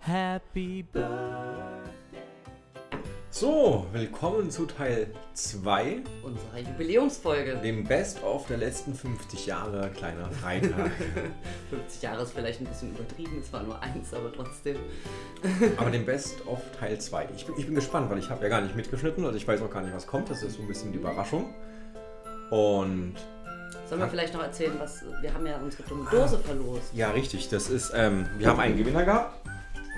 Happy birthday. So, willkommen zu Teil 2, Unsere Jubiläumsfolge. dem Best-of der letzten 50 Jahre, kleiner Freitag. 50 Jahre ist vielleicht ein bisschen übertrieben, es war nur eins, aber trotzdem. Aber dem Best-of Teil 2. Ich bin, ich bin gespannt, weil ich habe ja gar nicht mitgeschnitten und ich weiß auch gar nicht, was kommt. Das ist so ein bisschen die Überraschung. Und Sollen wir vielleicht noch erzählen, was. Wir haben ja unsere dumme Dose verlost. ja, richtig, das ist, ähm, wir haben einen Gewinner gehabt.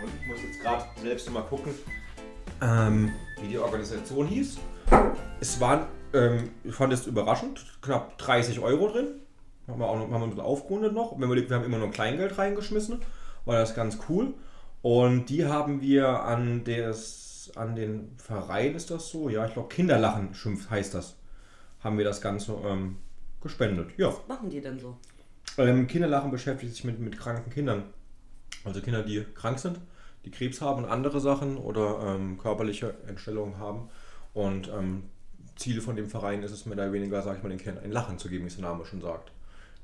Und ich muss jetzt gerade selbst mal gucken, ähm, wie die Organisation hieß. Es waren, ähm, ich fand es überraschend, knapp 30 Euro drin. Haben wir auch noch, haben wir ein bisschen aufgerundet noch. Wenn Wir wir haben immer nur Kleingeld reingeschmissen, war das ganz cool. Und die haben wir an, des, an den Verein, ist das so? Ja, ich glaube, Kinderlachen schimpft heißt das. Haben wir das Ganze ähm, gespendet. Ja. Was machen die denn so? Ähm, Kinderlachen beschäftigt sich mit, mit kranken Kindern. Also Kinder, die krank sind, die Krebs haben und andere Sachen oder ähm, körperliche Entstellungen haben. Und ähm, Ziel von dem Verein ist es mehr oder weniger, sag ich mal, den Kindern ein Lachen zu geben, wie es der Name schon sagt.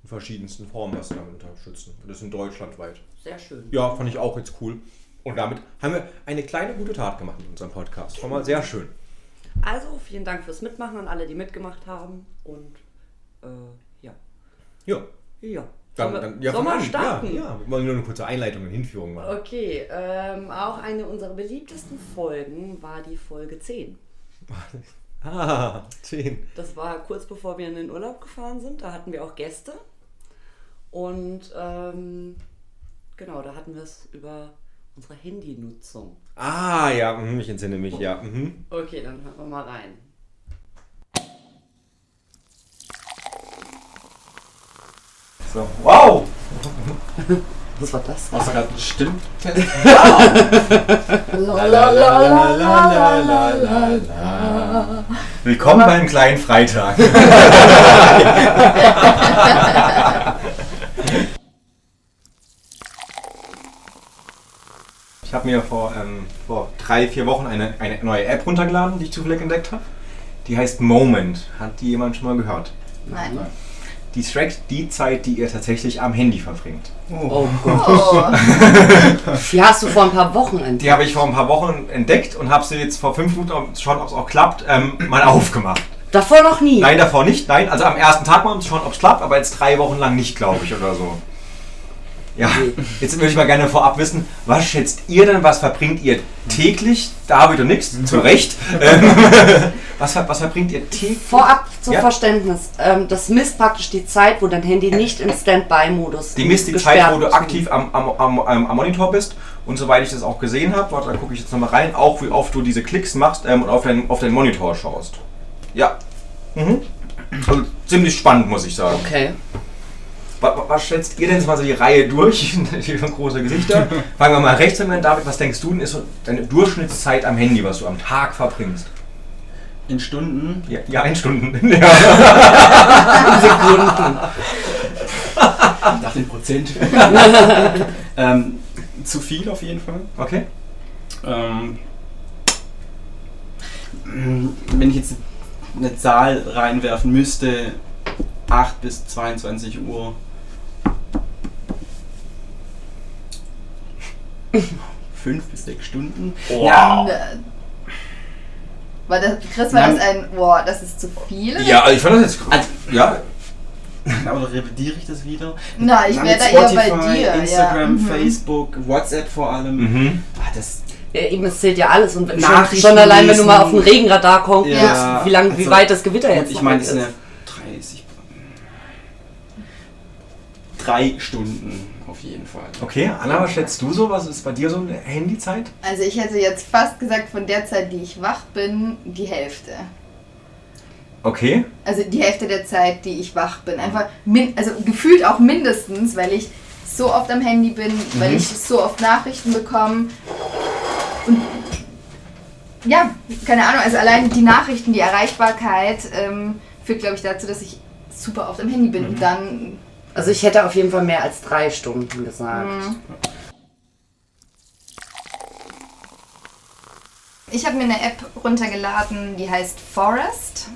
In verschiedensten Formen was sie damit unterstützen. Und das in deutschlandweit. Sehr schön. Ja, fand ich auch jetzt cool. Und damit haben wir eine kleine gute Tat gemacht in unserem Podcast. Schon mal sehr schön. Also, vielen Dank fürs Mitmachen an alle, die mitgemacht haben. Und äh, ja. Ja, Ja. dann, Sollen wir- dann ja, sollen wir fang an. starten? Ja, ja, wir wollen nur eine kurze Einleitung und Hinführung machen. Okay, ähm, auch eine unserer beliebtesten Folgen war die Folge 10. Ah, 10. Das war kurz bevor wir in den Urlaub gefahren sind. Da hatten wir auch Gäste. Und ähm, genau, da hatten wir es über unsere Handynutzung. Ah, ja, mhm, ich entsinne mich, ja. mhm. Okay, dann hören wir mal rein. So. Wow! Was war das? Hast du gerade einen Stimmtest? Willkommen beim kleinen Freitag. Ich habe mir vor, ähm, vor drei, vier Wochen eine, eine neue App runtergeladen, die ich zufällig entdeckt habe. Die heißt Moment. Hat die jemand schon mal gehört? Nein. Die trackt die Zeit, die ihr tatsächlich am Handy verbringt. Oh Gott. Oh. Die hast du vor ein paar Wochen entdeckt. Die habe ich vor ein paar Wochen entdeckt und habe sie jetzt vor fünf Minuten um zu schauen, ob es auch klappt, ähm, mal aufgemacht. Davor noch nie. Nein, davor nicht. Nein, also am ersten Tag mal, um zu schauen, ob es klappt, aber jetzt drei Wochen lang nicht, glaube ich, oder so. Ja, jetzt würde ich mal gerne vorab wissen, was schätzt ihr denn, was verbringt ihr täglich? David und nix, zu Recht. Ähm, was, ver- was verbringt ihr täglich? Vorab zum Ja. Verständnis. Ähm, das misst praktisch die Zeit, wo dein Handy nicht im Standby-Modus Die misst die gesperrt Zeit, wo du ist. aktiv am, am, am, am, am Monitor bist. Und soweit ich das auch gesehen habe, warte, da gucke ich jetzt nochmal rein, auch wie oft du diese Klicks machst ähm, und auf deinen auf deinen Monitor schaust. Ja. Mhm. Also, ziemlich spannend, muss ich sagen. Okay. Wa- wa- Was schätzt ihr denn jetzt mal so die Reihe durch? Die große Gesichter. Fangen wir mal rechts an, David. Was denkst du denn, ist so deine Durchschnittszeit am Handy, was du am Tag verbringst? In Stunden? Ja, ja ein Stunden. Ja. Ich dachte in Prozent. ähm, zu viel auf jeden Fall. Okay. Ähm, wenn ich jetzt eine Zahl reinwerfen müsste, 8 bis 22 Uhr. Fünf bis sechs Stunden. Wow. Äh, War das, Chris, war Nein. das ein, boah, das ist zu viel? Ja, also ich fand das jetzt. Also- ja, Aber revidiere ich das wieder? Na, ich Dann wäre mit da eher bei Spotify, dir. Instagram, ja. Mhm. Facebook, WhatsApp vor allem. Mhm. Ah, das, Ja, eben, es zählt ja alles. Und schon, Nachrichten schon allein, wenn du mal auf den lesen. Regenradar guckst, Ja. wie, lang, wie Also, weit das Gewitter Und jetzt ich noch meine, weg es sind ja 30. Drei Stunden auf jeden Fall. Okay, Anna, was schätzt du so? Was ist bei dir so eine Handyzeit? Also ich hätte jetzt fast gesagt, von der Zeit, die ich wach bin, die Hälfte. Okay. Also die Hälfte der Zeit, die ich wach bin. Einfach, min also gefühlt auch mindestens, weil ich so oft am Handy bin, Mhm. weil ich so oft Nachrichten bekomme. Und ja, keine Ahnung, also allein die Nachrichten, die Erreichbarkeit ähm, führt, glaube ich, dazu, dass ich super oft am Handy bin Mhm. und dann Also ich hätte auf jeden Fall mehr als drei Stunden gesagt. Ich habe mir eine App runtergeladen, die heißt Forest.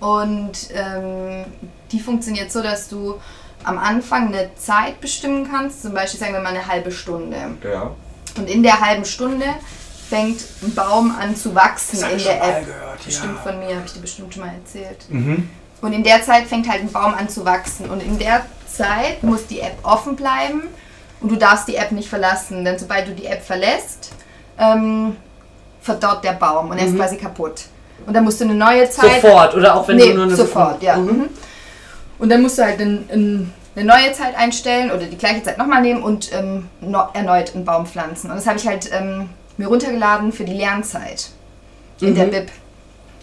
Und ähm, die funktioniert so, dass du am Anfang eine Zeit bestimmen kannst, zum Beispiel sagen wir mal eine halbe Stunde. Ja. Und in der halben Stunde fängt ein Baum an zu wachsen in der App. gehört, Bestimmt von mir, habe ich dir bestimmt schon mal erzählt. Mhm. Und in der Zeit fängt halt ein Baum an zu wachsen. Und in der Zeit muss die App offen bleiben und du darfst die App nicht verlassen. Denn sobald du die App verlässt, ähm, verdorrt der Baum und er ist quasi kaputt. Und dann musst du eine neue Zeit. Sofort oder auch wenn nee, du nur eine sofort, Sekunde- ja. Mhm. Mhm. Und dann musst du halt in, in eine neue Zeit einstellen oder die gleiche Zeit nochmal nehmen und ähm, no, erneut einen Baum pflanzen. Und das habe ich halt ähm, mir runtergeladen für die Lernzeit in Mhm. der Bib.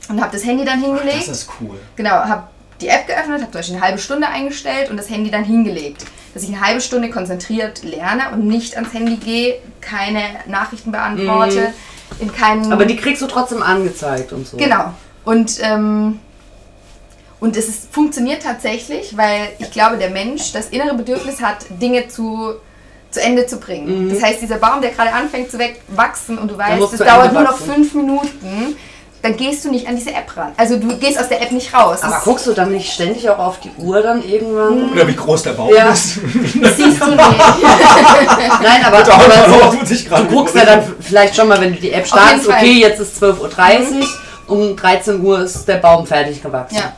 Und habe das Handy dann Das hingelegt. ist cool. Genau, habe die App geöffnet, habe zum Beispiel eine halbe Stunde eingestellt und das Handy dann hingelegt. Dass ich eine halbe Stunde konzentriert lerne und nicht ans Handy gehe, keine Nachrichten beantworte, in keinen. Mhm. Aber die kriegst du trotzdem angezeigt und so. Genau. Und, ähm, und es ist, funktioniert tatsächlich, weil ich glaube, der Mensch das innere Bedürfnis hat, Dinge zu, zu Ende zu bringen. Das heißt, dieser Baum, der gerade anfängt zu weg- wachsen und du Mhm. muss weißt, es zu Ende dauert nur noch wachsen. fünf Minuten, dann gehst du nicht an diese App ran. Also du gehst aus der App nicht raus. Aber Es- guckst du dann nicht ständig auch auf die Uhr dann Mhm. irgendwann? Oder wie groß der Baum Ja. ist. siehst du nicht. Nein, aber, Der aber Baum so, tut sich du gerade. guckst ja dann um? vielleicht schon mal, wenn du die App startest, jeden Fall. okay, jetzt ist 12.30 Uhr, Mhm. um 13 Uhr ist der Baum fertig gewachsen. Ja.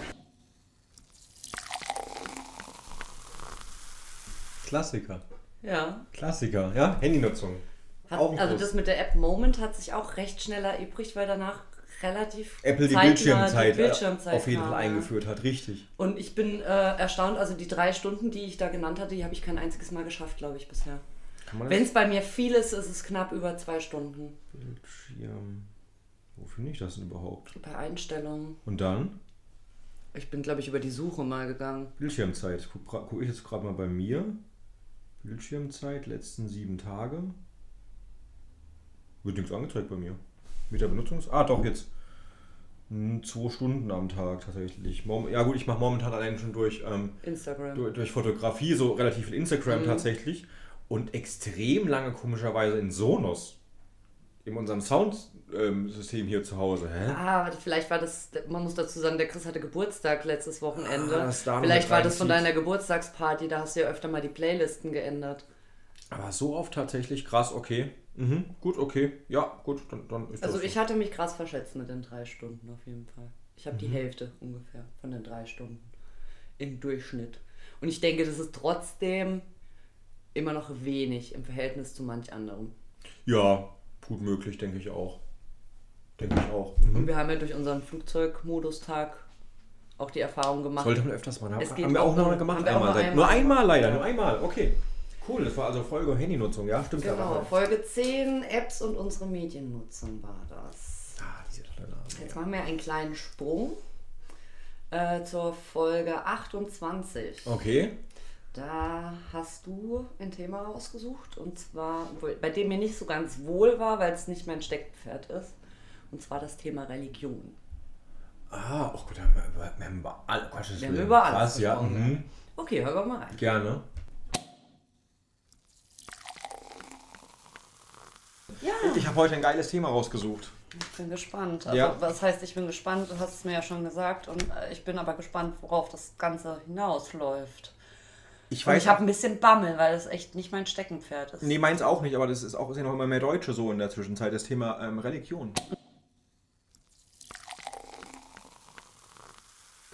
Klassiker. ja. Klassiker, ja. Handynutzung. Hat, Augenkuss. also das mit der App Moment hat sich auch recht schnell erübrigt, weil danach relativ Apple die zeitnah Bildschirmzeit, die Bildschirmzeit äh, auf jeden Fall kam, ja. eingeführt hat, richtig. Und ich bin äh, erstaunt, also die drei Stunden, die ich da genannt hatte, die habe ich kein einziges Mal geschafft, glaube ich, bisher. Kann man das? Wenn es bei mir viel ist, ist es knapp über zwei Stunden Bildschirm. Wo finde ich das denn überhaupt? bei Einstellungen. Und dann? Ich bin, glaube ich, über die Suche mal gegangen. Bildschirmzeit. Guck, gra- guck ich jetzt gerade mal bei mir. Bildschirmzeit, letzten sieben Tage. Wird nichts angezeigt bei mir. Mit der Benutzungs... Ah, doch, jetzt. Hm, Zwei Stunden am Tag tatsächlich. Mom ja gut, ich mache momentan allein schon durch, ähm, Instagram. durch, durch Fotografie so relativ viel Instagram tatsächlich. Und extrem lange komischerweise in Sonos. In unserem Soundsystem hier zu Hause. Hä? Ah, vielleicht war das, man muss dazu sagen, der Chris hatte Geburtstag letztes Wochenende. Ah, das da noch vielleicht mit war das von reinzieht. deiner Geburtstagsparty, da hast du ja öfter mal die Playlisten geändert. Aber so oft tatsächlich krass, okay. Mhm, gut, okay. Ja, gut, dann, dann ist Also das ich so. hatte mich krass verschätzt mit den drei Stunden auf jeden Fall. Ich habe die Mhm. Hälfte ungefähr von den drei Stunden im Durchschnitt. Und ich denke, das ist trotzdem immer noch wenig im Verhältnis zu manch anderem. Ja, gut möglich, denke ich auch. Denke ich auch. Und Mhm. wir haben ja durch unseren Flugzeugmodustag auch die Erfahrung gemacht. Sollte man öfters mal haben. Es geht haben wir auch auch noch noch- mal gemacht. haben wir auch Einmal, noch seit- nur einmal. einmal leider, nur einmal. Okay. Cool, das war also Folge Handynutzung, ja? Stimmt da Genau, war- Folge 10, Apps und unsere Mediennutzung war das. Ah, diese tolle Nase. Jetzt machen wir einen kleinen Sprung äh, zur Folge 28. Okay. Da hast du ein Thema rausgesucht und zwar, wo- bei dem mir nicht so ganz wohl war, weil es nicht mein Steckenpferd ist. Und zwar das Thema Religion. Ah, oh Gott, da haben wir über, wir haben über alle. Gottes Wir haben Willen. über alles Krass, ja. gesprochen, Mhm. Okay, hören wir mal rein. Gerne. Ja, Ich habe heute ein geiles Thema rausgesucht. ich bin gespannt. Also, Ja. Was heißt, ich bin gespannt, du hast es mir ja schon gesagt. Und äh, ich bin aber gespannt, worauf das Ganze hinausläuft. Ich Und ich habe ein bisschen Bammel, weil das echt nicht mein Steckenpferd ist. Nee, meins auch nicht, aber das ist auch ist ja noch immer mehr Deutsche so in der Zwischenzeit, das Thema ähm, Religion.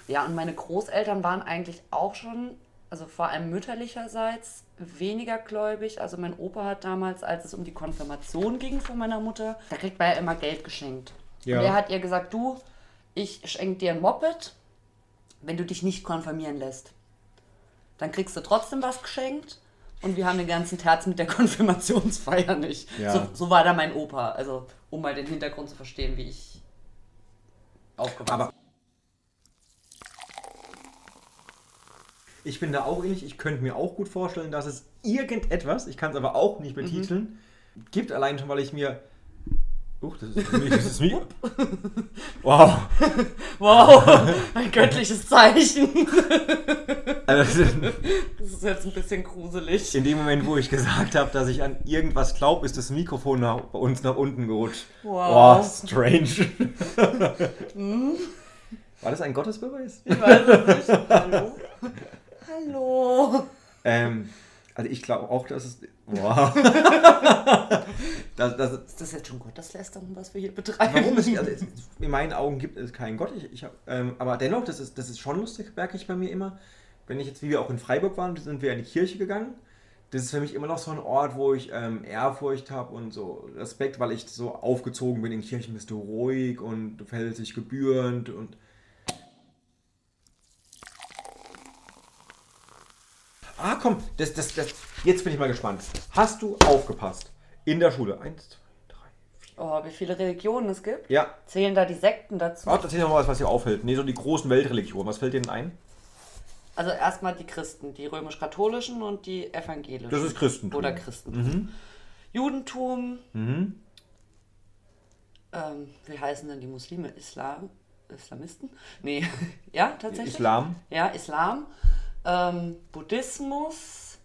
Ja, und meine Großeltern waren eigentlich auch schon, also vor allem mütterlicherseits, weniger gläubig. Also mein Opa hat damals, als es um die Konfirmation ging von meiner Mutter, da kriegt man ja immer Geld geschenkt. Ja. Und er hat ihr gesagt, du, ich schenke dir ein Moped, wenn du dich nicht konfirmieren lässt. Dann kriegst du trotzdem was geschenkt und wir haben den ganzen Terz mit der Konfirmationsfeier nicht. Ja. So, so war da mein Opa. Also, um mal den Hintergrund zu verstehen, wie ich aufgewachsen Aber- Ich bin da auch ähnlich. Ich könnte mir auch gut vorstellen, dass es irgendetwas, ich kann es aber auch nicht betiteln, gibt. Allein schon, weil ich mir. Uch, das ist mir. Das ist mir. Wow. Wow, ein göttliches Zeichen. Also, Das ist jetzt ein bisschen gruselig. in dem Moment, wo ich gesagt habe, dass ich an irgendwas glaube, ist das Mikrofon nach, bei uns nach unten gerutscht. Wow. Oh, strange. War das ein Gottesbeweis? Ich weiß es nicht. Hallo? Hallo? Ähm, also ich glaube auch, dass es... Boah. das, das, Ist das jetzt schon Gotteslästerung, was wir hier betreiben? Warum es, also es, in meinen Augen gibt es keinen Gott. Ich, ich, hab- ähm, aber dennoch, das ist, das ist schon lustig, merke ich bei mir immer. Wenn ich jetzt, wie wir auch in Freiburg waren, sind wir in die Kirche gegangen. Das ist für mich immer noch so ein Ort, wo ich ähm, Ehrfurcht habe und so Respekt, weil ich so aufgezogen bin. In Kirchen bist du ruhig und du verhältst dich gebührend und. Ah, komm, das, das, das. Jetzt bin ich mal gespannt. Hast du aufgepasst? In der Schule. Eins, zwei, drei. Oh, wie viele Religionen es gibt? Ja, Zählen da die Sekten dazu? Gott, erzähl doch mal was, was dir auffällt. Nee, so die großen Weltreligionen. Was fällt dir denn ein? Also erstmal die Christen, die römisch-katholischen und die evangelischen. Das ist Christentum. Mhm. Oder Christentum. Judentum. Ähm, wie heißen denn die Muslime? Islam? Islamisten? Nee. ja, tatsächlich. Islam. Ja, Islam. Ähm, Buddhismus.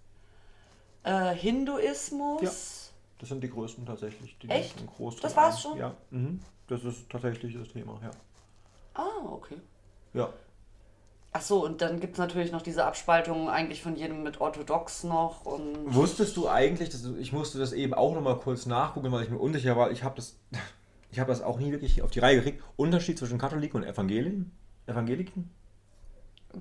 Äh, Hinduismus. Das sind die größten tatsächlich. Die Echt? sind groß Das drin. war's schon? Ja. Mhm. Das ist tatsächlich das Thema, ja. Ah, okay. Ja. Ach so, und dann gibt es natürlich noch diese Abspaltung eigentlich von jedem mit orthodox noch und Wusstest du eigentlich, dass du, ich musste das eben auch nochmal kurz nachgucken, weil ich mir unsicher war. Ich habe das, ich habe das auch nie wirklich auf die Reihe gekriegt. Unterschied zwischen Katholiken und Evangeliken? Evangeliken?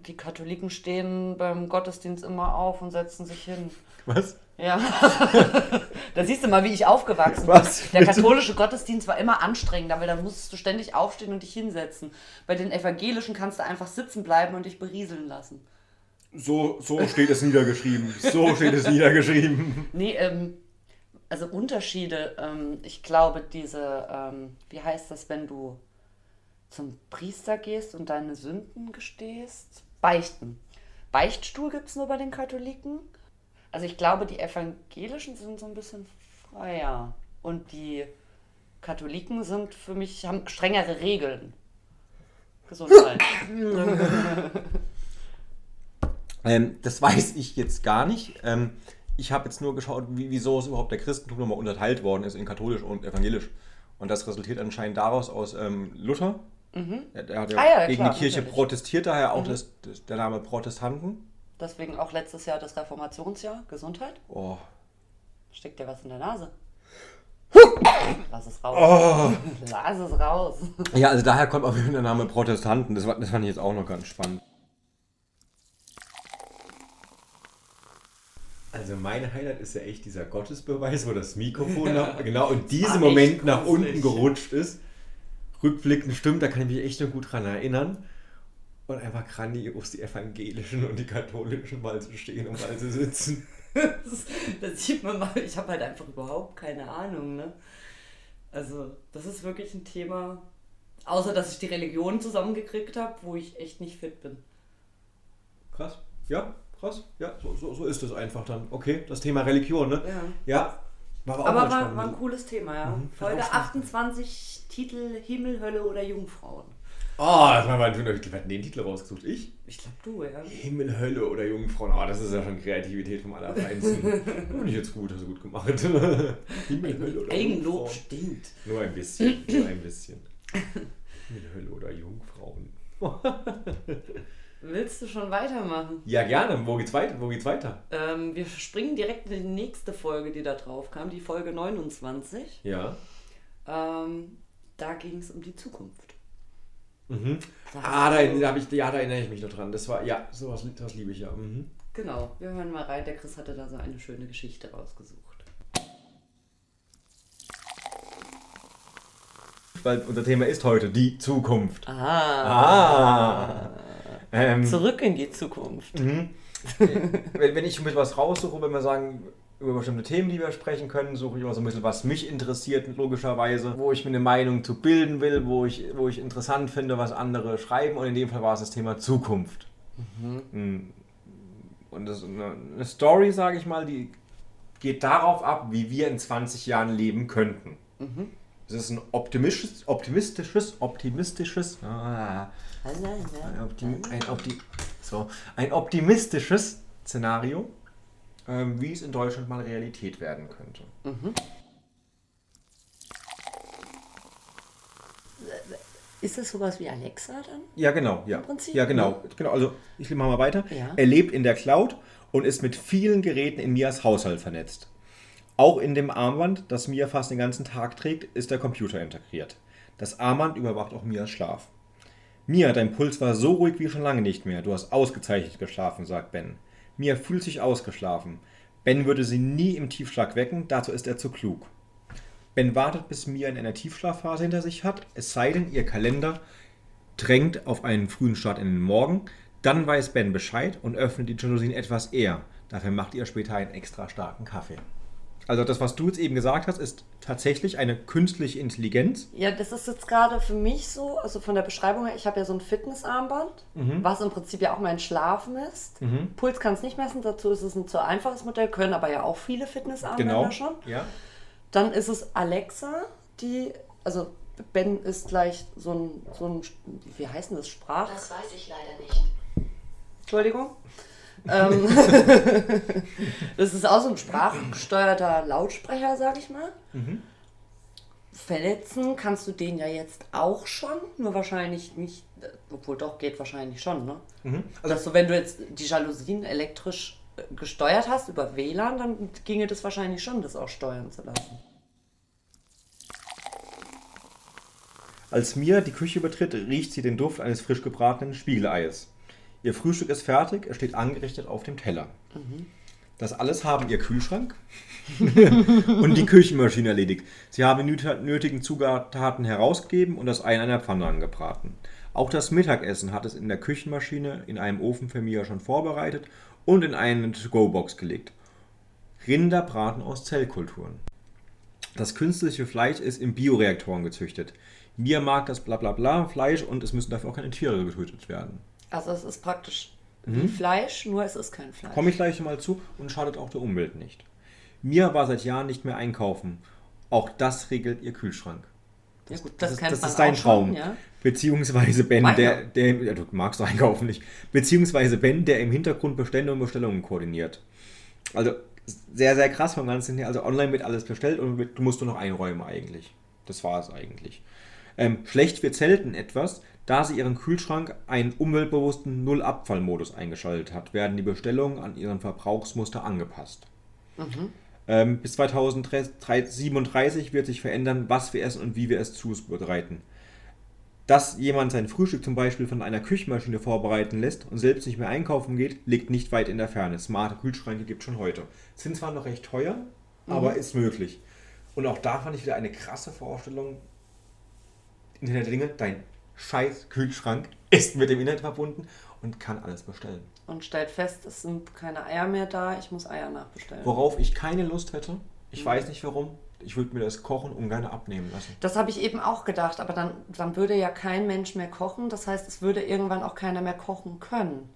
die Katholiken stehen beim Gottesdienst immer auf und setzen sich hin. Was? Ja. da siehst du mal, wie ich aufgewachsen Was? bin. Der katholische Gottesdienst war immer anstrengender, weil dann musstest du ständig aufstehen und dich hinsetzen. Bei den evangelischen kannst du einfach sitzen bleiben und dich berieseln lassen. So, so steht es niedergeschrieben. So steht es niedergeschrieben. Nee, ähm, also Unterschiede. Ähm, ich glaube, diese, ähm, wie heißt das, wenn du zum Priester gehst und deine Sünden gestehst? Beichten. Beichtstuhl gibt es nur bei den Katholiken. Also ich glaube, die Evangelischen sind so ein bisschen freier. Und die Katholiken sind für mich, haben strengere Regeln. Gesundheit. Ähm, das weiß ich jetzt gar nicht. Ähm, ich habe jetzt nur geschaut, wie, wieso es überhaupt der Christentum nochmal unterteilt worden ist in katholisch und evangelisch. Und das resultiert anscheinend daraus aus ähm, Luther. Der, der hat ja, Ah ja, gegen klar, die Kirche natürlich. Mhm. protestiert, daher auch das, das, der Name Protestanten. Deswegen auch letztes Jahr das Reformationsjahr. Gesundheit. Oh. Steckt dir was in der Nase? Lass es raus. Lass es raus. Ja, also daher kommt auch der Name Protestanten. Das, war, das fand ich jetzt auch noch ganz spannend. Also mein Highlight ist ja echt dieser Gottesbeweis, wo das Mikrofon nach, genau in diesem war echt Moment nach gruselig. unten gerutscht ist. Rückblickend stimmt, da kann ich mich echt noch gut dran erinnern. Und einfach grandios die evangelischen und die katholischen mal zu stehen und mal zu sitzen. Das, das sieht man mal. Ich habe halt einfach überhaupt keine Ahnung. Ne? Also, das ist wirklich ein Thema. Außer, dass ich die Religion zusammengekriegt habe, wo ich echt nicht fit bin. Krass. Ja, krass. Ja, so, so, so ist es einfach dann. Okay, das Thema Religion, ne? Ja. Ja, war auch Aber ganz war, spannend. war ein cooles Thema, Mhm. ja. Folge 28, Titel Himmel, Hölle oder Jungfrauen. Oh, das war mein Wer hat denn den Titel rausgesucht? Ich? Ich glaube, du, ja. Himmel, Hölle oder Jungfrauen. Oh, das ist ja schon Kreativität vom Allerfeinsten. Finde ich jetzt gut, hast du gut gemacht. Himmel, Hölle oder Eigenlob Jungfrauen. stinkt. Nur ein bisschen, nur ein bisschen. Himmel, Hölle oder Jungfrauen. Willst du schon weitermachen? Ja, gerne. Wo geht's weiter? Wo geht's weiter? Ähm, wir springen direkt in die nächste Folge, die da drauf kam, die Folge 29. Ja. Ähm, da ging es um die Zukunft. Mhm. Ah, da, da, hab ich, ja, da erinnere ich mich noch dran. Das war, ja, sowas lieb- das liebe ich ja. Mhm. Genau, wir hören mal rein. Der Chris hatte da so eine schöne Geschichte rausgesucht. Weil unser Thema ist heute die Zukunft. Ah, Ah. Ähm, zurück in die Zukunft. wenn, wenn ich mit was raussuche, wenn wir sagen, über bestimmte Themen, die wir sprechen können, suche ich immer so ein bisschen, was mich interessiert, logischerweise, wo ich mir eine Meinung zu bilden will, wo ich, wo ich interessant finde, was andere schreiben. Und in dem Fall war es das Thema Zukunft. Mhm. Und das ist eine, eine Story, sage ich mal, die geht darauf ab, wie wir in 20 Jahren leben könnten. Es ist ein optimistisches, optimistisches, optimistisches, ah, ein, Optim, ein Optim, es So, ein optimistisches Szenario, ähm, wie es in Deutschland mal Realität werden könnte. Ist es sowas wie Alexa dann? Ja, genau, ja. Prinzip, ne? ja, genau. genau. Also, ich mache mal weiter. Ja. Er lebt in der Cloud und ist mit vielen Geräten in Mias Haushalt vernetzt. Auch in dem Armband, das Mia fast den ganzen Tag trägt, ist der Computer integriert. Das Armband überwacht auch Mias Schlaf. Mia, dein Puls war so ruhig wie schon lange nicht mehr. Du hast ausgezeichnet geschlafen, sagt Ben. Mia fühlt sich ausgeschlafen. Ben würde sie nie im Tiefschlag wecken, dazu ist er zu klug. Ben wartet, bis Mia in einer Tiefschlafphase hinter sich hat, es sei denn, ihr Kalender drängt auf einen frühen Start in den Morgen. Dann weiß Ben Bescheid und öffnet die Jalousien etwas eher. Dafür macht ihr später einen extra starken Kaffee. Also das, was du jetzt eben gesagt hast, ist tatsächlich eine künstliche Intelligenz. Ja, das ist jetzt gerade für mich so, also von der Beschreibung her, ich habe ja so ein Fitnessarmband, Mhm. was im Prinzip ja auch mein Schlaf misst. Puls kann es nicht messen, dazu ist es ein zu einfaches Modell, können aber ja auch viele Fitnessarmbänder Genau. schon. Ja. Dann ist es Alexa, die, also Ben ist gleich so ein, so ein wie heißt denn das, Sprach... Das weiß ich leider nicht. Entschuldigung. ähm, das ist auch so ein sprachgesteuerter Lautsprecher, sag ich mal. Verletzen kannst du den ja jetzt auch schon, nur wahrscheinlich nicht, äh, obwohl doch geht wahrscheinlich schon, ne? Also, Dass du, wenn du jetzt die Jalousien elektrisch äh, gesteuert hast über WLAN, dann ginge das wahrscheinlich schon, das auch steuern zu lassen. Als Mia die Küche betritt, riecht sie den Duft eines frisch gebratenen Spiegeleies. Ihr Frühstück ist fertig, es steht angerichtet auf dem Teller. Das alles haben ihr Kühlschrank und die Küchenmaschine erledigt. Sie haben die nöt- nötigen Zutaten herausgegeben und das Ei in einer Pfanne angebraten. Auch das Mittagessen hat es in der Küchenmaschine, in einem Ofen für Mia schon vorbereitet und in eine To-Go-Box gelegt. Rinderbraten aus Zellkulturen. Das künstliche Fleisch ist in Bioreaktoren gezüchtet. Mir mag das bla bla bla Fleisch und es müssen dafür auch keine Tiere getötet werden. Also es ist praktisch Mhm. wie Fleisch, nur es ist kein Fleisch. Komme ich gleich mal zu und schadet auch der Umwelt nicht. Mir war seit Jahren nicht mehr einkaufen. Auch das regelt ihr Kühlschrank. ja gut, Das, das, kennt man ist, das ist dein auch schon, Traum. ja. Beziehungsweise Ben, Meiner. der, der ja, du magst einkaufen nicht. Beziehungsweise Ben, der im Hintergrund Bestände und Bestellungen koordiniert. Also sehr, sehr krass vom Ganzen her. Also online wird alles bestellt und wird, du musst nur noch einräumen eigentlich. Das war es eigentlich. Ähm, schlecht wird selten etwas, da sie ihren Kühlschrank einen umweltbewussten Null-Abfall-Modus eingeschaltet hat, werden die Bestellungen an ihren Verbrauchsmuster angepasst. Ähm, bis 2037 wird sich verändern, was wir essen und wie wir es zubereiten. Dass jemand sein Frühstück zum Beispiel von einer Küchenmaschine vorbereiten lässt und selbst nicht mehr einkaufen geht, liegt nicht weit in der Ferne. Smarte Kühlschränke gibt es schon heute. Sind zwar noch recht teuer, aber ist möglich. Und auch da fand ich wieder eine krasse Vorstellung. Internet der Dinge, dein scheiß Kühlschrank ist mit dem Internet verbunden und kann alles bestellen. Und stellt fest, es sind keine Eier mehr da, ich muss Eier nachbestellen. Worauf ich keine Lust hätte, ich weiß nicht warum, ich würde mir das Kochen ungern abnehmen lassen. Das habe ich eben auch gedacht, aber dann, dann würde ja kein Mensch mehr kochen. Das heißt, es würde irgendwann auch keiner mehr kochen können.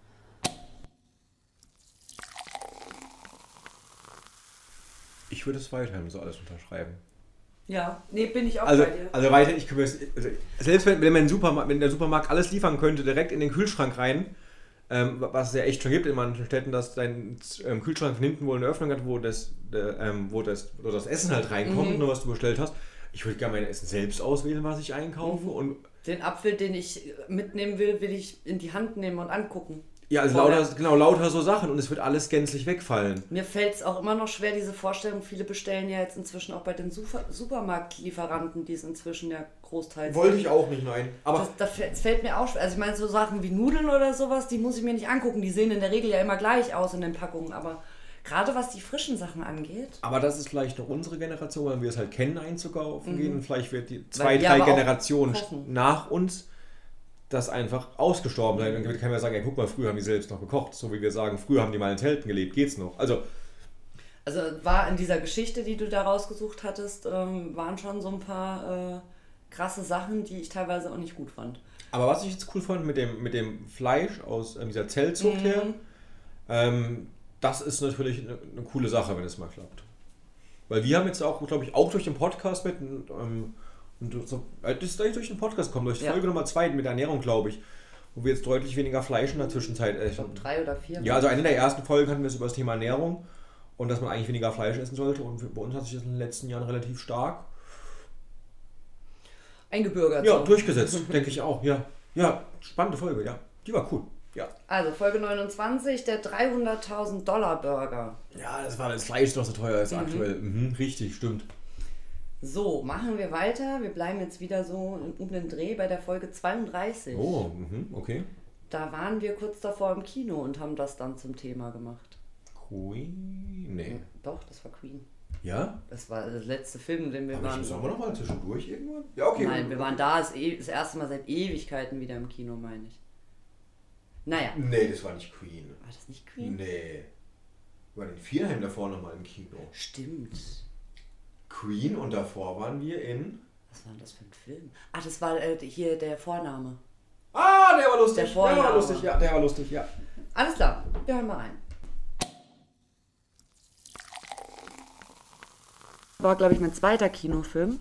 Ich würde es weiterhin so alles unterschreiben. Ja, nee, bin ich auch Also, bei dir. also weiterhin, ich könnte mir- also selbst wenn, wenn, man Supermarkt, wenn der Supermarkt alles liefern könnte, direkt in den Kühlschrank rein, ähm, was es ja echt schon gibt in manchen Städten, dass dein ähm, Kühlschrank von hinten wohl eine Öffnung hat, wo das, äh, ähm, wo das, wo das Essen halt reinkommt, nur was du bestellt hast. Ich würde gerne mein Essen selbst auswählen, was ich einkaufe. Und Den Apfel, den ich mitnehmen will, will ich in die Hand nehmen und angucken. ja, also Vorher. lauter, genau, lauter so Sachen und es wird alles gänzlich wegfallen. Mir fällt es auch immer noch schwer, diese Vorstellung. Viele bestellen ja jetzt inzwischen auch bei den Super Supermarktlieferanten, die es inzwischen ja großteils ich auch nicht, nein. Aber Das, das fällt- es fällt mir auch schwer. Also ich meine, so Sachen wie Nudeln oder sowas, die muss ich mir nicht angucken. Die sehen in der Regel ja immer gleich aus in den Packungen. Aber gerade was die frischen Sachen angeht, Aber das ist vielleicht noch unsere Generation, weil wir es halt kennen, einzukaufen gehen. Und vielleicht wird die zwei, Mhm. Weil wir drei aber auch Generationen kochen. nach uns das einfach ausgestorben sein. Dann kann man ja sagen, ey, guck mal, früher haben die selbst noch gekocht. So wie wir sagen, früher haben die mal in Zelten gelebt, geht's noch. Also, also war in dieser Geschichte, die du da rausgesucht hattest, ähm, waren schon so ein paar äh, krasse Sachen, die ich teilweise auch nicht gut fand. aber was ich jetzt cool fand mit dem, mit dem Fleisch aus ähm, dieser Zellzucht her, ähm, das ist natürlich ne, eine, eine coole Sache, wenn es mal klappt. Weil wir haben jetzt auch, glaube ich, auch durch den Podcast mit, ähm, und so, äh, das ist eigentlich durch den Podcast gekommen, durch Ja. Folge Nummer 2 mit der Ernährung, glaube ich, wo wir jetzt deutlich weniger Fleisch in der Zwischenzeit essen. Drei oder vier? Ja, also eine der ersten Folgen hatten wir es über das Thema Ernährung und dass man eigentlich weniger Fleisch essen sollte. Und für- bei uns hat sich das in den letzten Jahren relativ stark Eingebürgert. ja, so. durchgesetzt, denke ich auch. Ja, ja, spannende Folge, ja. Die war cool. Ja. Also Folge 29, der 300.000 Dollar Burger. Ja, das war das Fleisch, was so teuer ist aktuell. Mhm, richtig, stimmt. So, machen wir weiter. Wir bleiben jetzt wieder so im- um den Dreh bei der Folge 32. Oh, mhm, okay. Da waren wir kurz davor im Kino und haben das dann zum Thema gemacht. Hm, Queen. Nee. Doch, das war Queen. Ja? Das war der letzte Film, den wir Aber waren. ich sagen wir nochmal zwischendurch irgendwann? Ja, okay. Nein, wir waren da das, e das erste Mal seit Ewigkeiten wieder im Kino, meine ich. Naja, Nee, das war nicht Queen. war das nicht Queen? Nee. Wir waren in Vierheim davor nochmal im Kino. Stimmt. Queen und davor waren wir in. Was war denn das für ein Film? Ah, das war äh, hier der Vorname. Ah, der war lustig. Der Vorname. Der war lustig, ja. Der war lustig, ja. Alles klar, wir hören mal rein. War, glaube ich, mein zweiter Kinofilm.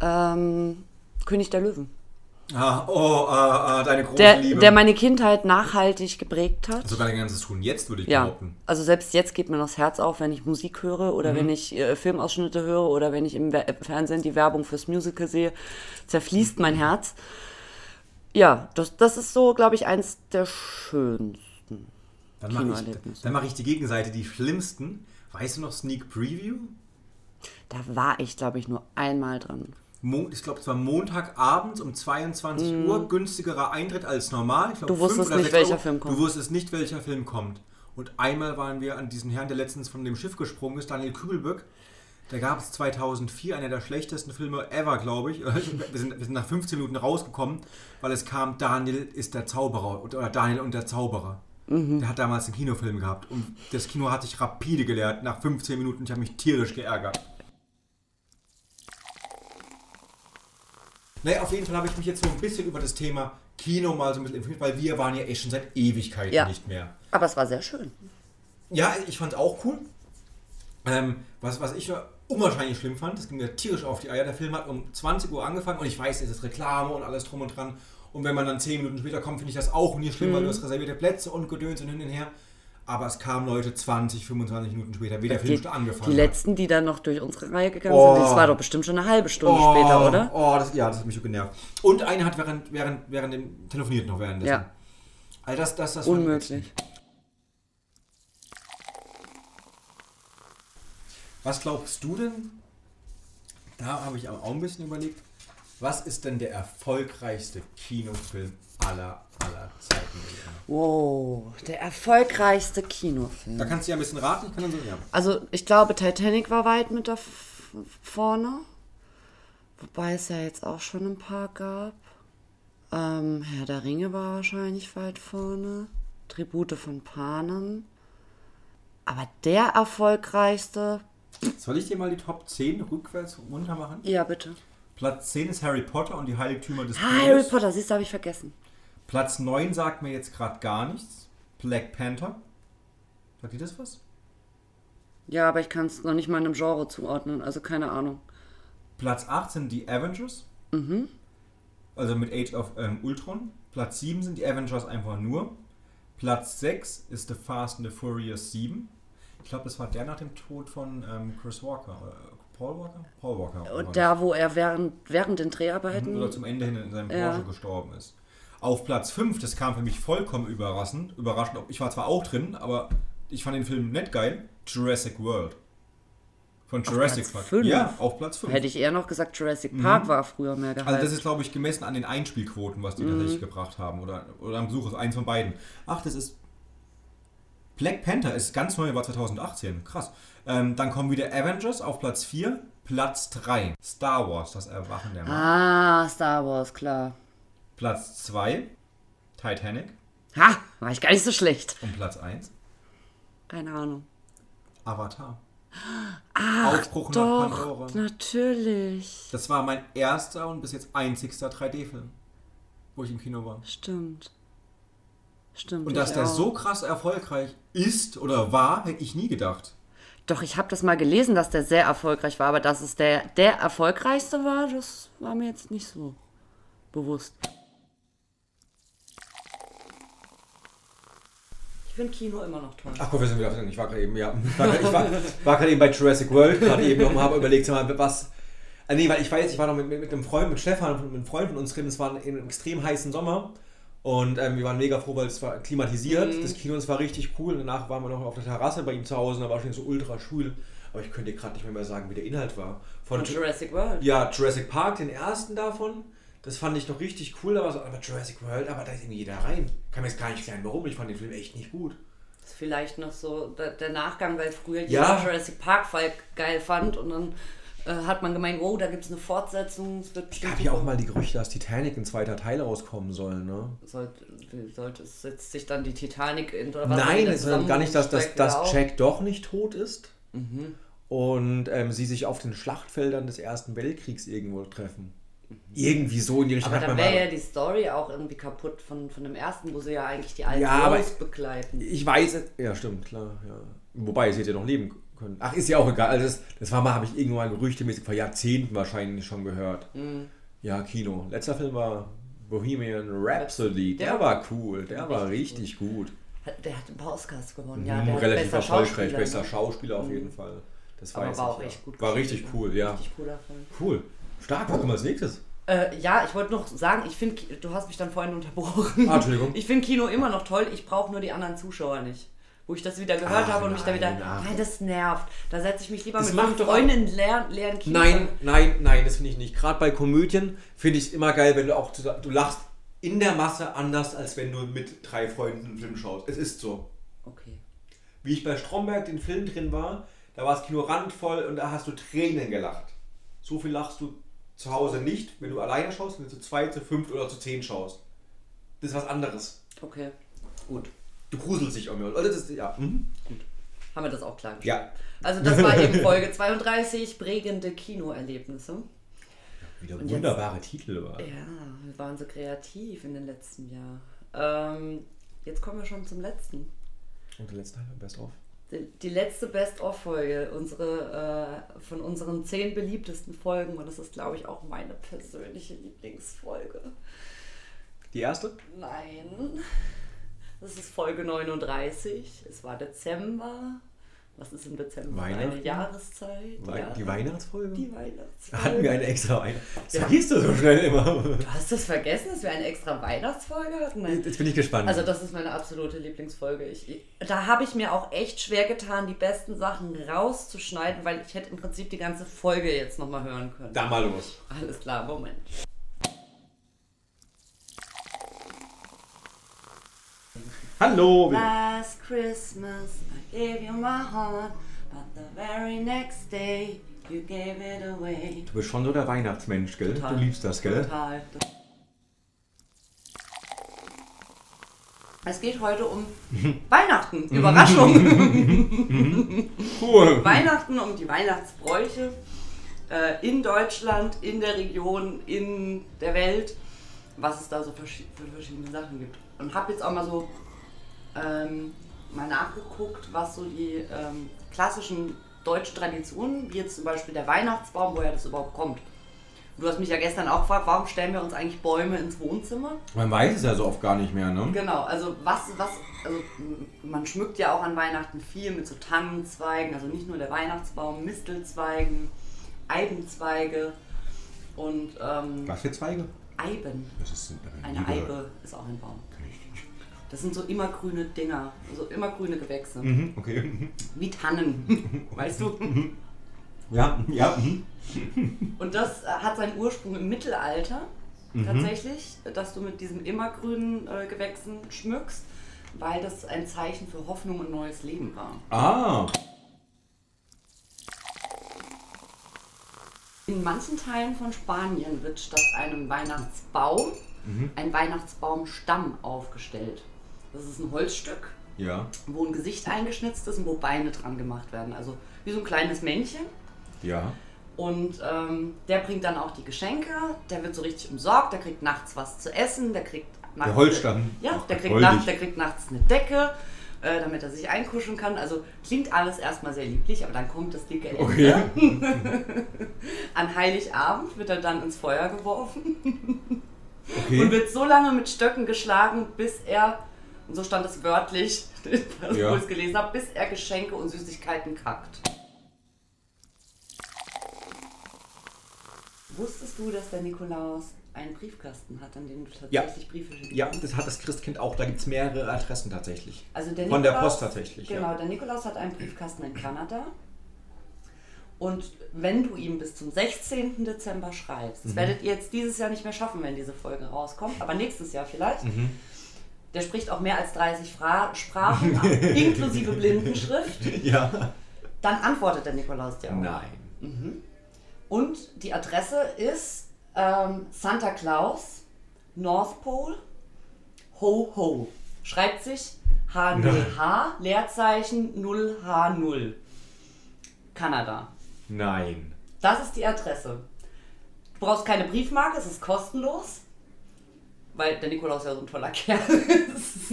Ähm, König der Löwen. Ah, oh, äh, ah, ah, deine große Der, Liebe. der meine Kindheit nachhaltig geprägt hat. Sogar dein ganzes Tun jetzt würde ich Ja, behaupten. Mhm. also selbst jetzt geht mir noch das Herz auf, wenn ich Musik höre oder wenn ich äh, Filmausschnitte höre oder wenn ich im Wer- Fernsehen die Werbung fürs Musical sehe, zerfließt mein Herz. Ja, das, das ist so, glaube ich, eins der schönsten. Dann mache ich, Kinoerlebnisse. dann mach ich die Gegenseite, die schlimmsten. Weißt du noch Sneak Preview? Da war ich, glaube ich, nur einmal dran. Mo ich glaube, es war Montagabends um 22 Uhr. Günstigerer Eintritt als normal. Ich glaub, Mhm. Du fünf wusstest oder nicht, sechs welcher Film kommt. Du wusstest nicht, welcher Film kommt. Und einmal waren wir an diesen Herrn, der letztens von dem Schiff gesprungen ist, Daniel Kübelböck. Da gab es 2004 einer der schlechtesten Filme ever, glaube ich. Wir sind, wir sind nach 15 Minuten rausgekommen, weil es kam, Daniel ist der Zauberer oder Daniel und der Zauberer. Der hat damals einen Kinofilm gehabt und das Kino hat sich rapide geleert nach 15 Minuten. Ich habe mich tierisch geärgert. Naja, auf jeden Fall habe ich mich jetzt so ein bisschen über das Thema Kino mal so ein bisschen informiert, weil wir waren ja echt schon seit Ewigkeiten Ja. nicht mehr. Aber es war sehr schön. Ja, ich fand es auch cool. Ähm, was, was ich nur unwahrscheinlich schlimm fand, das ging mir tierisch auf die Eier. Der Film hat um 20 Uhr angefangen und ich weiß, es ist Reklame und alles drum und dran. Und wenn man dann 10 Minuten später kommt, finde ich das auch nie schlimm, weil du Mhm. hast reservierte Plätze und Gedöns und hin und her. Aber es kamen Leute 20, 25 Minuten später, wie der Film Die, schon angefangen die hat. letzten, die dann noch durch unsere Reihe gegangen Oh. sind, das war doch bestimmt schon eine halbe Stunde später, oder? Oh, das, ja, das hat mich so genervt. Und eine hat während, während, während dem telefoniert noch währenddessen. Ja. All das, das, das fand ich Unmöglich. Was glaubst du denn? Da habe ich auch ein bisschen überlegt. Was ist denn der erfolgreichste Kinofilm aller, aller Zeiten? Wow, der erfolgreichste Kinofilm. Da kannst du ja ein bisschen raten. Ich kann dann so, ja. Also ich glaube, Titanic war weit mit da f- vorne. Wobei es ja jetzt auch schon ein paar gab. Ähm, Herr der Ringe war wahrscheinlich weit vorne. Tribute von Panem. Aber der erfolgreichste. Soll ich dir mal die Top 10 rückwärts runter machen? Ja, bitte. Platz 10 ist Harry Potter und die Heiligtümer des Ah, Harry Todes. Potter, siehst du, habe ich vergessen. Platz 9 sagt mir jetzt gerade gar nichts. Black Panther. Sagt dir das was? Ja, aber ich kann es noch nicht mal einem Genre zuordnen, also keine Ahnung. Platz 8 sind die Avengers. Mhm. Also mit Age of ähm, Ultron. Platz 7 sind die Avengers einfach nur. Platz 6 ist The Fast and the Furious 7. Ich glaube, das war der nach dem Tod von ähm, Chris Walker. Oder Paul Walker? Paul Walker. oh Und da, wo er während, während den Dreharbeiten. Oder zum Ende hin in seinem Ja. Porsche gestorben ist. Auf Platz 5, das kam für mich vollkommen überraschend. überraschend. Ich war zwar auch drin, aber ich fand den Film nicht geil. Jurassic World. Von Jurassic Platz Park. fünf? Ja, auf Platz 5. Hätte ich eher noch gesagt, Jurassic Park war früher mehr gehalten. Mhm. Also das ist, glaube ich, gemessen an den Einspielquoten, was die Mhm. tatsächlich gebracht haben. Oder, oder am Besuch ist eins von beiden. Ach, das ist... Black Panther ist ganz neu, war 2018. Krass. Ähm, dann kommen wieder Avengers auf Platz 4, Platz 3. Star Wars, das Erwachen der Macht. ah, Star Wars, klar. Ah. Platz 2, Titanic. Ha, war ich gar nicht so schlecht. Und Platz 1, Keine Ahnung. Avatar. Ach, Aufbruch nach Pandora. natürlich. Das war mein erster und bis jetzt einzigster 3D-Film, wo ich im Kino war. Stimmt. Stimmt. Und dass ich der auch. so krass erfolgreich ist oder war, hätte ich nie gedacht. Doch, ich habe das mal gelesen, dass der sehr erfolgreich war, aber dass es der, der erfolgreichste war, das war mir jetzt nicht so bewusst. finde Kino immer noch toll. Ach guck, wir sind wieder auf Ich war gerade eben, ja. Ich war gerade- Ich war, war gerade eben bei Jurassic World, gerade eben noch mal, habe überlegt, sag mal, was. Ah, nee, weil ich weiß, ich war noch mit, mit, mit einem Freund, mit Stefan, mit einem Freund von uns drin, es war in einem extrem heißen Sommer. Und ähm, wir waren mega froh, weil es war klimatisiert. Das Kino das war richtig cool. Und danach waren wir noch auf der Terrasse bei ihm zu Hause und da war schon so ultra schwül. Aber ich könnte dir gerade nicht mehr, mehr sagen, wie der Inhalt war. Von, Und Jurassic World. ja, Jurassic Park, den ersten davon. Das fand ich noch richtig cool, aber, so, aber Jurassic World, aber da ist irgendwie jeder rein. Kann mir jetzt gar nicht erklären, warum. Ich fand den Film echt nicht gut. ist vielleicht noch so der, der Nachgang, weil früher Ja. jeder Jurassic Park Fall geil fand und dann äh, hat man gemeint, oh, da gibt es eine Fortsetzung. Es wird Gab ja auch mal die Gerüchte, dass Titanic ein zweiter Teil rauskommen soll, ne? Sollte, sollte, setzt sich dann die Titanic in der Wasser Nein, wieder es zusammen ist gar nicht, dass, und dass, steigt wieder dass auf. Jack doch nicht tot ist Mhm. und ähm, sie sich auf den Schlachtfeldern des Ersten Weltkriegs irgendwo treffen. Irgendwie so in die Richtung. Mhm. Aber hat dann man mal- wäre ja die Story auch irgendwie kaputt von, von dem ersten, wo sie ja eigentlich die alten Ja, aber- Jungs begleiten. Ich weiß es. Ja, stimmt, klar. Ja. Wobei, sie hätte ja noch leben können. Ach, ist ja auch egal. Also das, das war mal, habe ich irgendwo mal gerüchtemäßig vor Jahrzehnten wahrscheinlich schon gehört. Ja, Kino. Letzter Film war Bohemian Rhapsody. Der war cool. Der war richtig gut. Hat- Der hat ein paar Oscars gewonnen, ja. Hm, Der hat Relativ bester erfolgreich. Schauspieler, Bester ne? Schauspieler auf jeden Fall. Das Aber weiß war ich, auch ja. echt gut. War gespielt, richtig ne? cool, ja. Richtig cooler Film. Cool. Stark, was kommt als nächstes? Äh, ja, ich wollte noch sagen, ich finde, Ki- du hast mich dann vorhin unterbrochen. Ah, Entschuldigung. Ich finde Kino immer noch toll, ich brauche nur die anderen Zuschauer nicht. Wo ich das wieder gehört Ach, habe und mich da nein, wieder, ach. nein, das nervt. Da setze ich mich lieber Das mit macht meinen doch auch- Freundinnen leeren, leeren Kino. Nein, nein, nein, das finde ich nicht. Gerade bei Komödien finde ich es immer geil, wenn du auch zusa- du lachst in der Masse anders, als wenn du mit drei Freunden einen Film schaust. Es ist so. Okay. Wie ich bei Stromberg den Film drin war, da war das Kino randvoll und da hast du Tränen gelacht. So viel lachst du zu Hause nicht, wenn du alleine schaust, wenn du zu zweit, zu fünft oder zu zehn schaust. Das ist was anderes. Okay. Gut. Du gruselst dich irgendwie. Oder das ist, ja. Mhm. Haben wir das auch klar gestellt. Ja. Also das war eben Folge 32, prägende Kinoerlebnisse. Wieder jetzt- wunderbare Titel war. Ja, wir waren so kreativ in den letzten Jahren. Ähm, jetzt kommen wir schon zum letzten. Und der letzte Teil, best of. Die, die letzte Best-of-Folge unsere, äh, von unseren zehn beliebtesten Folgen. Und das ist, glaube ich, auch meine persönliche Lieblingsfolge. Die erste? Nein. Das ist Folge 39. Es war Dezember. Was ist im Dezember? für Eine Weihnachten? Jahreszeit. Wei- ja. Die Weihnachtsfolge? Die Da Weihnachtsfolge. hatten wir eine extra Weihnachts. Das vergisst du so schnell immer. Du hast das vergessen, dass wir eine extra Weihnachtsfolge hatten? Nein. Jetzt bin ich gespannt. Also das ist meine absolute Lieblingsfolge. Ich, ich, da habe ich mir auch echt schwer getan, die besten Sachen rauszuschneiden, weil ich hätte im Prinzip die ganze Folge jetzt nochmal hören können. dann mal los. Alles klar, Moment. Hallo. wir- Last Christmas I gave you my heart, but the very next day you gave it away. Du bist schon so der Weihnachtsmensch, gell? Total. Du liebst das, gell? Total. Es geht heute um Weihnachten. Überraschung. Cool. Weihnachten, um die Weihnachtsbräuche äh, in Deutschland, in der Region, in der Welt, was es da so verschi- für verschiedene Sachen gibt. Und habe jetzt auch mal so ähm, mal nachgeguckt, was so die ähm, klassischen deutschen Traditionen, wie jetzt zum Beispiel der Weihnachtsbaum, woher das überhaupt kommt. Du hast mich ja gestern auch gefragt, warum stellen wir uns eigentlich Bäume ins Wohnzimmer? Man weiß es ja so oft gar nicht mehr, ne? Genau, also was, was, also m- man schmückt ja auch an Weihnachten viel mit so Tannenzweigen, also nicht nur der Weihnachtsbaum, Mistelzweigen, Eibenzweige und ähm, Was für Zweige? Eiben. Das ist äh, Eine Eibe ist auch ein Baum. Das sind so immergrüne Dinger, also immergrüne Gewächse, Mhm, okay. wie Tannen, weißt du? Ja, ja. mhm. Und das äh, hat seinen Ursprung im Mittelalter tatsächlich, dass du mit diesem immergrünen äh, Gewächsen schmückst, weil das ein Zeichen für Hoffnung und neues Leben war. Ah. In manchen Teilen von Spanien wird statt einem Weihnachtsbaum ein Weihnachtsbaumstamm aufgestellt. Das ist ein Holzstück, Ja, wo ein Gesicht eingeschnitzt ist und wo Beine dran gemacht werden. Also wie so ein kleines Männchen. ja. Und ähm, der bringt dann auch die Geschenke, der wird so richtig umsorgt, der kriegt nachts was zu essen, der kriegt nachts. Holzstamm. Ja, Ach, der kriegt, goldig. nachts, der kriegt nachts eine Decke, äh, damit er sich einkuscheln kann. Also klingt alles erstmal sehr lieblich, aber dann kommt das dicke Ende. Okay. An Heiligabend wird er dann ins Feuer geworfen Okay. und wird so lange mit Stöcken geschlagen, bis er Und so stand es wörtlich, was Ja. wo ich es gelesen habe, bis er Geschenke und Süßigkeiten kackt. Wusstest du, dass der Nikolaus einen Briefkasten hat, an dem du Ja. tatsächlich Briefe schickst? Ja, das hat das Christkind auch. Da gibt es mehrere Adressen tatsächlich. Also der Von der Nikolaus- Post tatsächlich, ja. Genau, der Nikolaus hat einen Briefkasten in Kanada. Und wenn du ihm bis zum 16. Dezember schreibst, Mhm. das werdet ihr jetzt dieses Jahr nicht mehr schaffen, wenn diese Folge rauskommt, aber nächstes Jahr vielleicht. Mhm. Der spricht auch mehr als 30 Fra Sprachen, inklusive Blindenschrift. Ja. Dann antwortet der Nikolaus dir auch. Nein. Und die Adresse ist ähm, Santa Claus, North Pole, Ho Ho. Schreibt sich H0H, Leerzeichen 0H0. Kanada. Nein. Das ist die Adresse. Du brauchst keine Briefmarke, es ist kostenlos. Weil der Nikolaus ja so ein toller Kerl ist.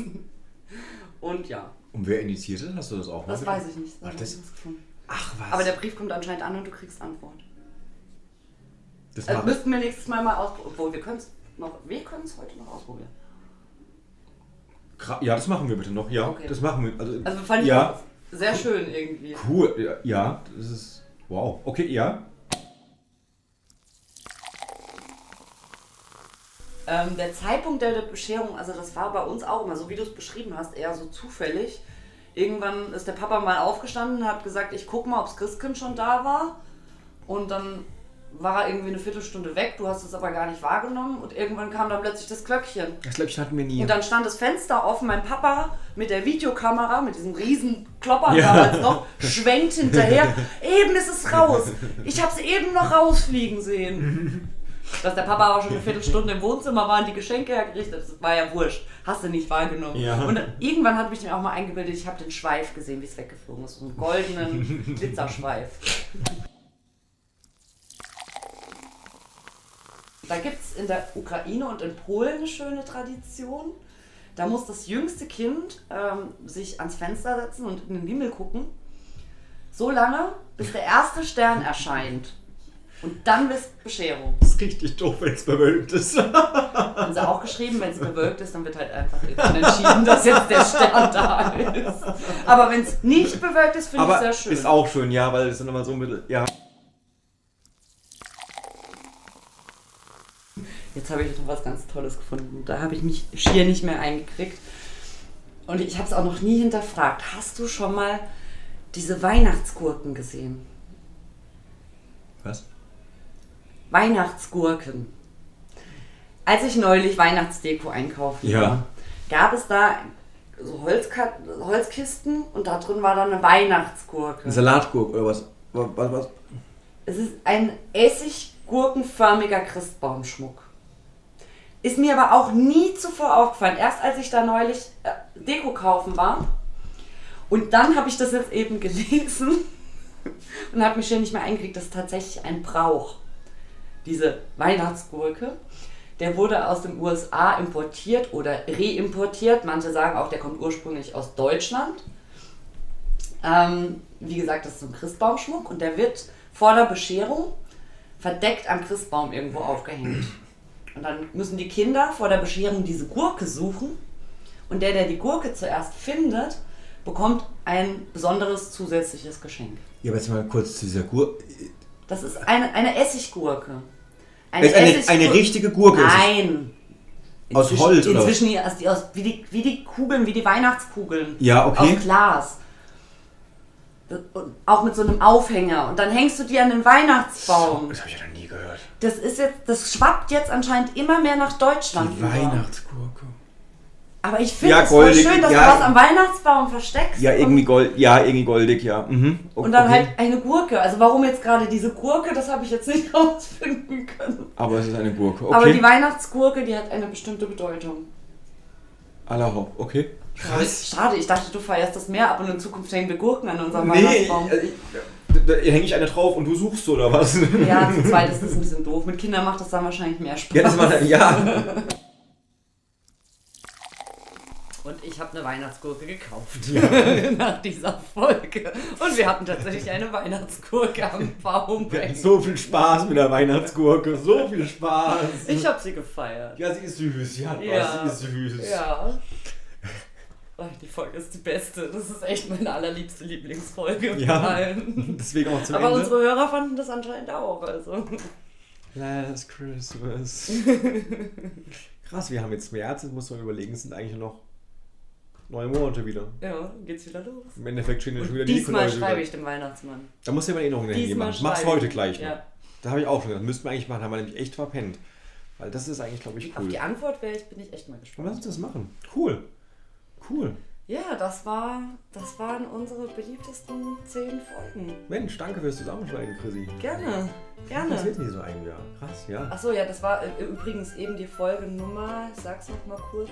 Und ja, Und wer initiiert das? Hast du das auch mal das gedacht? weiß ich nicht. Ach, hab ich das, nicht gefunden. ach was. Aber der Brief kommt anscheinend an und du kriegst Antwort. das Also war, müssten wir nächstes Mal mal ausprobieren. Obwohl, wir können es noch. Wir können es heute noch ausprobieren. Gra- ja, das machen wir bitte noch. Ja, Okay. das machen wir. Also, Also fand ich ja, das sehr schön irgendwie. cool. Ja, ja, das ist. Wow. Okay, ja. Ähm, der Zeitpunkt der Bescherung, also das war bei uns auch immer, so wie du es beschrieben hast, eher so zufällig. Irgendwann ist der Papa mal aufgestanden, hat gesagt, ich guck mal, ob das Christkind schon da war. Und dann war er irgendwie eine Viertelstunde weg, du hast es aber gar nicht wahrgenommen. Und irgendwann kam dann plötzlich das Glöckchen. Das Glöckchen hatten wir nie. Und dann stand das Fenster offen, mein Papa mit der Videokamera, mit diesem riesen Klopper Ja. damals noch, schwenkt hinterher. Eben ist es raus. Ich habe es eben noch rausfliegen sehen. Dass der Papa aber schon eine Viertelstunde im Wohnzimmer war und die Geschenke hergerichtet, das war ja wurscht. Hast du nicht wahrgenommen. Ja. Und irgendwann hat mich dann auch mal eingebildet, ich habe den Schweif gesehen, wie es weggeflogen ist. So einen goldenen Glitzerschweif. Da gibt es in der Ukraine und in Polen eine schöne Tradition. Da muss das jüngste Kind ähm, sich ans Fenster setzen und in den Himmel gucken. So lange, bis der erste Stern erscheint. Und dann ist Bescherung. das ist richtig doof, wenn es bewölkt ist. Haben sie auch geschrieben, wenn es bewölkt ist, dann wird halt einfach irgendwann entschieden, dass jetzt der Stern da ist. Aber wenn es nicht bewölkt ist, finde ich Aber sehr schön. ist auch schön, ja, weil es sind immer so ein bisschen. Ja. Jetzt habe ich noch was ganz Tolles gefunden. Da habe ich mich schier nicht mehr eingekriegt. Und ich habe es auch noch nie hinterfragt. Hast du schon mal diese Weihnachtsgurken gesehen? Was? Weihnachtsgurken. Als ich neulich Weihnachtsdeko einkaufen Ja. war, gab es da so Holzka Holzkisten und da drin war dann eine Weihnachtsgurke. Ein Salatgurk oder was? Was? was, was? Es ist ein essiggurkenförmiger Christbaumschmuck. Ist mir aber auch nie zuvor aufgefallen. Erst als ich da neulich äh, Deko kaufen war. Und dann habe ich das jetzt eben gelesen und habe mich schon nicht mehr eingekriegt. Das ist tatsächlich ein Brauch. Diese Weihnachtsgurke. Der wurde aus den USA importiert oder reimportiert. Manche sagen auch, der kommt ursprünglich aus Deutschland. Ähm, wie gesagt, das ist so ein Christbaumschmuck und der wird vor der Bescherung verdeckt am Christbaum irgendwo aufgehängt. Und dann müssen die Kinder vor der Bescherung diese Gurke suchen und der, der die Gurke zuerst findet, bekommt ein besonderes zusätzliches Geschenk. Ja, aber jetzt mal kurz zu dieser Gurke. Das ist eine, eine Essiggurke. Ist eine, Essiggurke- eine richtige Gurke. ist es. Nein. Aus Inzwischen- Holz, oder was? Inzwischen die- aus, die, aus, wie, die, wie die Kugeln, wie die Weihnachtskugeln. Ja, okay. Aus Glas. Das- Und auch mit so einem Aufhänger. Und dann hängst du die an den Weihnachtsbaum. Das habe ich ja noch nie gehört. Das ist jetzt, das schwappt jetzt anscheinend immer mehr nach Deutschland. Die über. Weihnachtsgurke. Aber ich finde Ja, es voll goldig, schön, dass du ja. was am Weihnachtsbaum versteckst. Ja, irgendwie gold, ja, irgendwie goldig, ja. Mhm. O- Und dann okay. halt eine Gurke. Also warum jetzt gerade diese Gurke, das habe ich jetzt nicht rausfinden können. Aber es ist eine Gurke. Okay. Aber die Weihnachtsgurke, die hat eine bestimmte Bedeutung. Allerhaupt, okay. Krass. Schade, ich dachte, du feierst das mehr ab und in Zukunft hängen wir Gurken an unserem Nee, Weihnachtsbaum. also ich, da, da hänge ich eine drauf und du suchst oder was? Ja, zu zweit ist das ein bisschen doof. Mit Kindern macht das dann wahrscheinlich mehr Spaß. ja, das war ja. Und ich habe eine Weihnachtsgurke gekauft nach dieser Folge. Und wir hatten tatsächlich eine Weihnachtsgurke am Baum. Wir hatten so viel Spaß mit der Weihnachtsgurke, so viel Spaß. Ich habe sie gefeiert. Ja, oh, sie ist süß, sie hat Ja. was, sie ist süß. Ja. Ach, die Folge ist die beste. Das ist echt meine allerliebste Lieblingsfolge. von Ja. allen. Deswegen auch zum Aber Ende. unsere Hörer fanden das anscheinend auch. Also. Last Christmas. Krass, wir haben jetzt März, jetzt muss man überlegen, es sind eigentlich nur noch neun Monate wieder. Ja, geht's wieder los. Im Endeffekt stehen jetzt wieder die Diesmal Nikolaus schreibe wieder. ich dem Weihnachtsmann. Da muss ja mal Erinnerungen dahin Diesmal machen. ne, Mach's schreibe heute ich. gleich. Ja. Noch. Da habe ich auch schon gedacht, müssten wir eigentlich machen, haben wir nämlich echt verpennt. Weil das ist eigentlich, glaube ich, Auf cool. die Antwort wäre ich, bin ich echt mal Und gespannt. lass uns das machen. Cool. Cool. Ja, das war, das waren unsere beliebtesten zehn Folgen. Mensch, danke fürs Zusammenschneiden, Chrissy. Gerne, Das gerne. wird nie so ein Jahr. Krass, ja. Achso, ja, das war äh, übrigens eben die Folge Nummer, ich sag's noch mal kurz,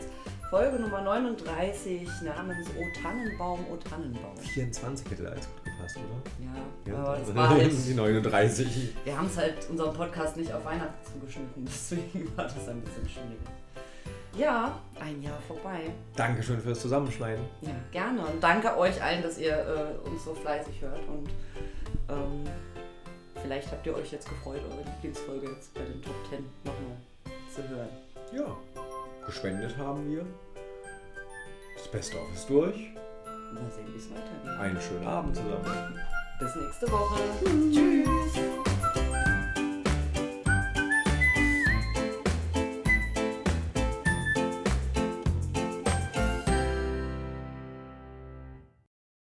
Folge Nummer 39 namens O Tannenbaum, O Tannenbaum. 24 hätte da alles gut gepasst, oder? Ja, aber das war halt, die 39. wir haben es halt unseren Podcast nicht auf Weihnachten zugeschnitten, deswegen war das ein bisschen schwierig. Ja, ein Jahr vorbei. Dankeschön fürs Zusammenschneiden. Ja, gerne. Und danke euch allen, dass ihr äh, uns so fleißig hört. Und ähm, vielleicht habt ihr euch jetzt gefreut, eure Lieblingsfolge jetzt bei den Top 10 nochmal zu hören. Ja. Gespendet haben wir. Das Beste auf ist durch. Mal sehen, wie es weitergeht. Einen schönen Abend zusammen. Bis nächste Woche. Tschüss.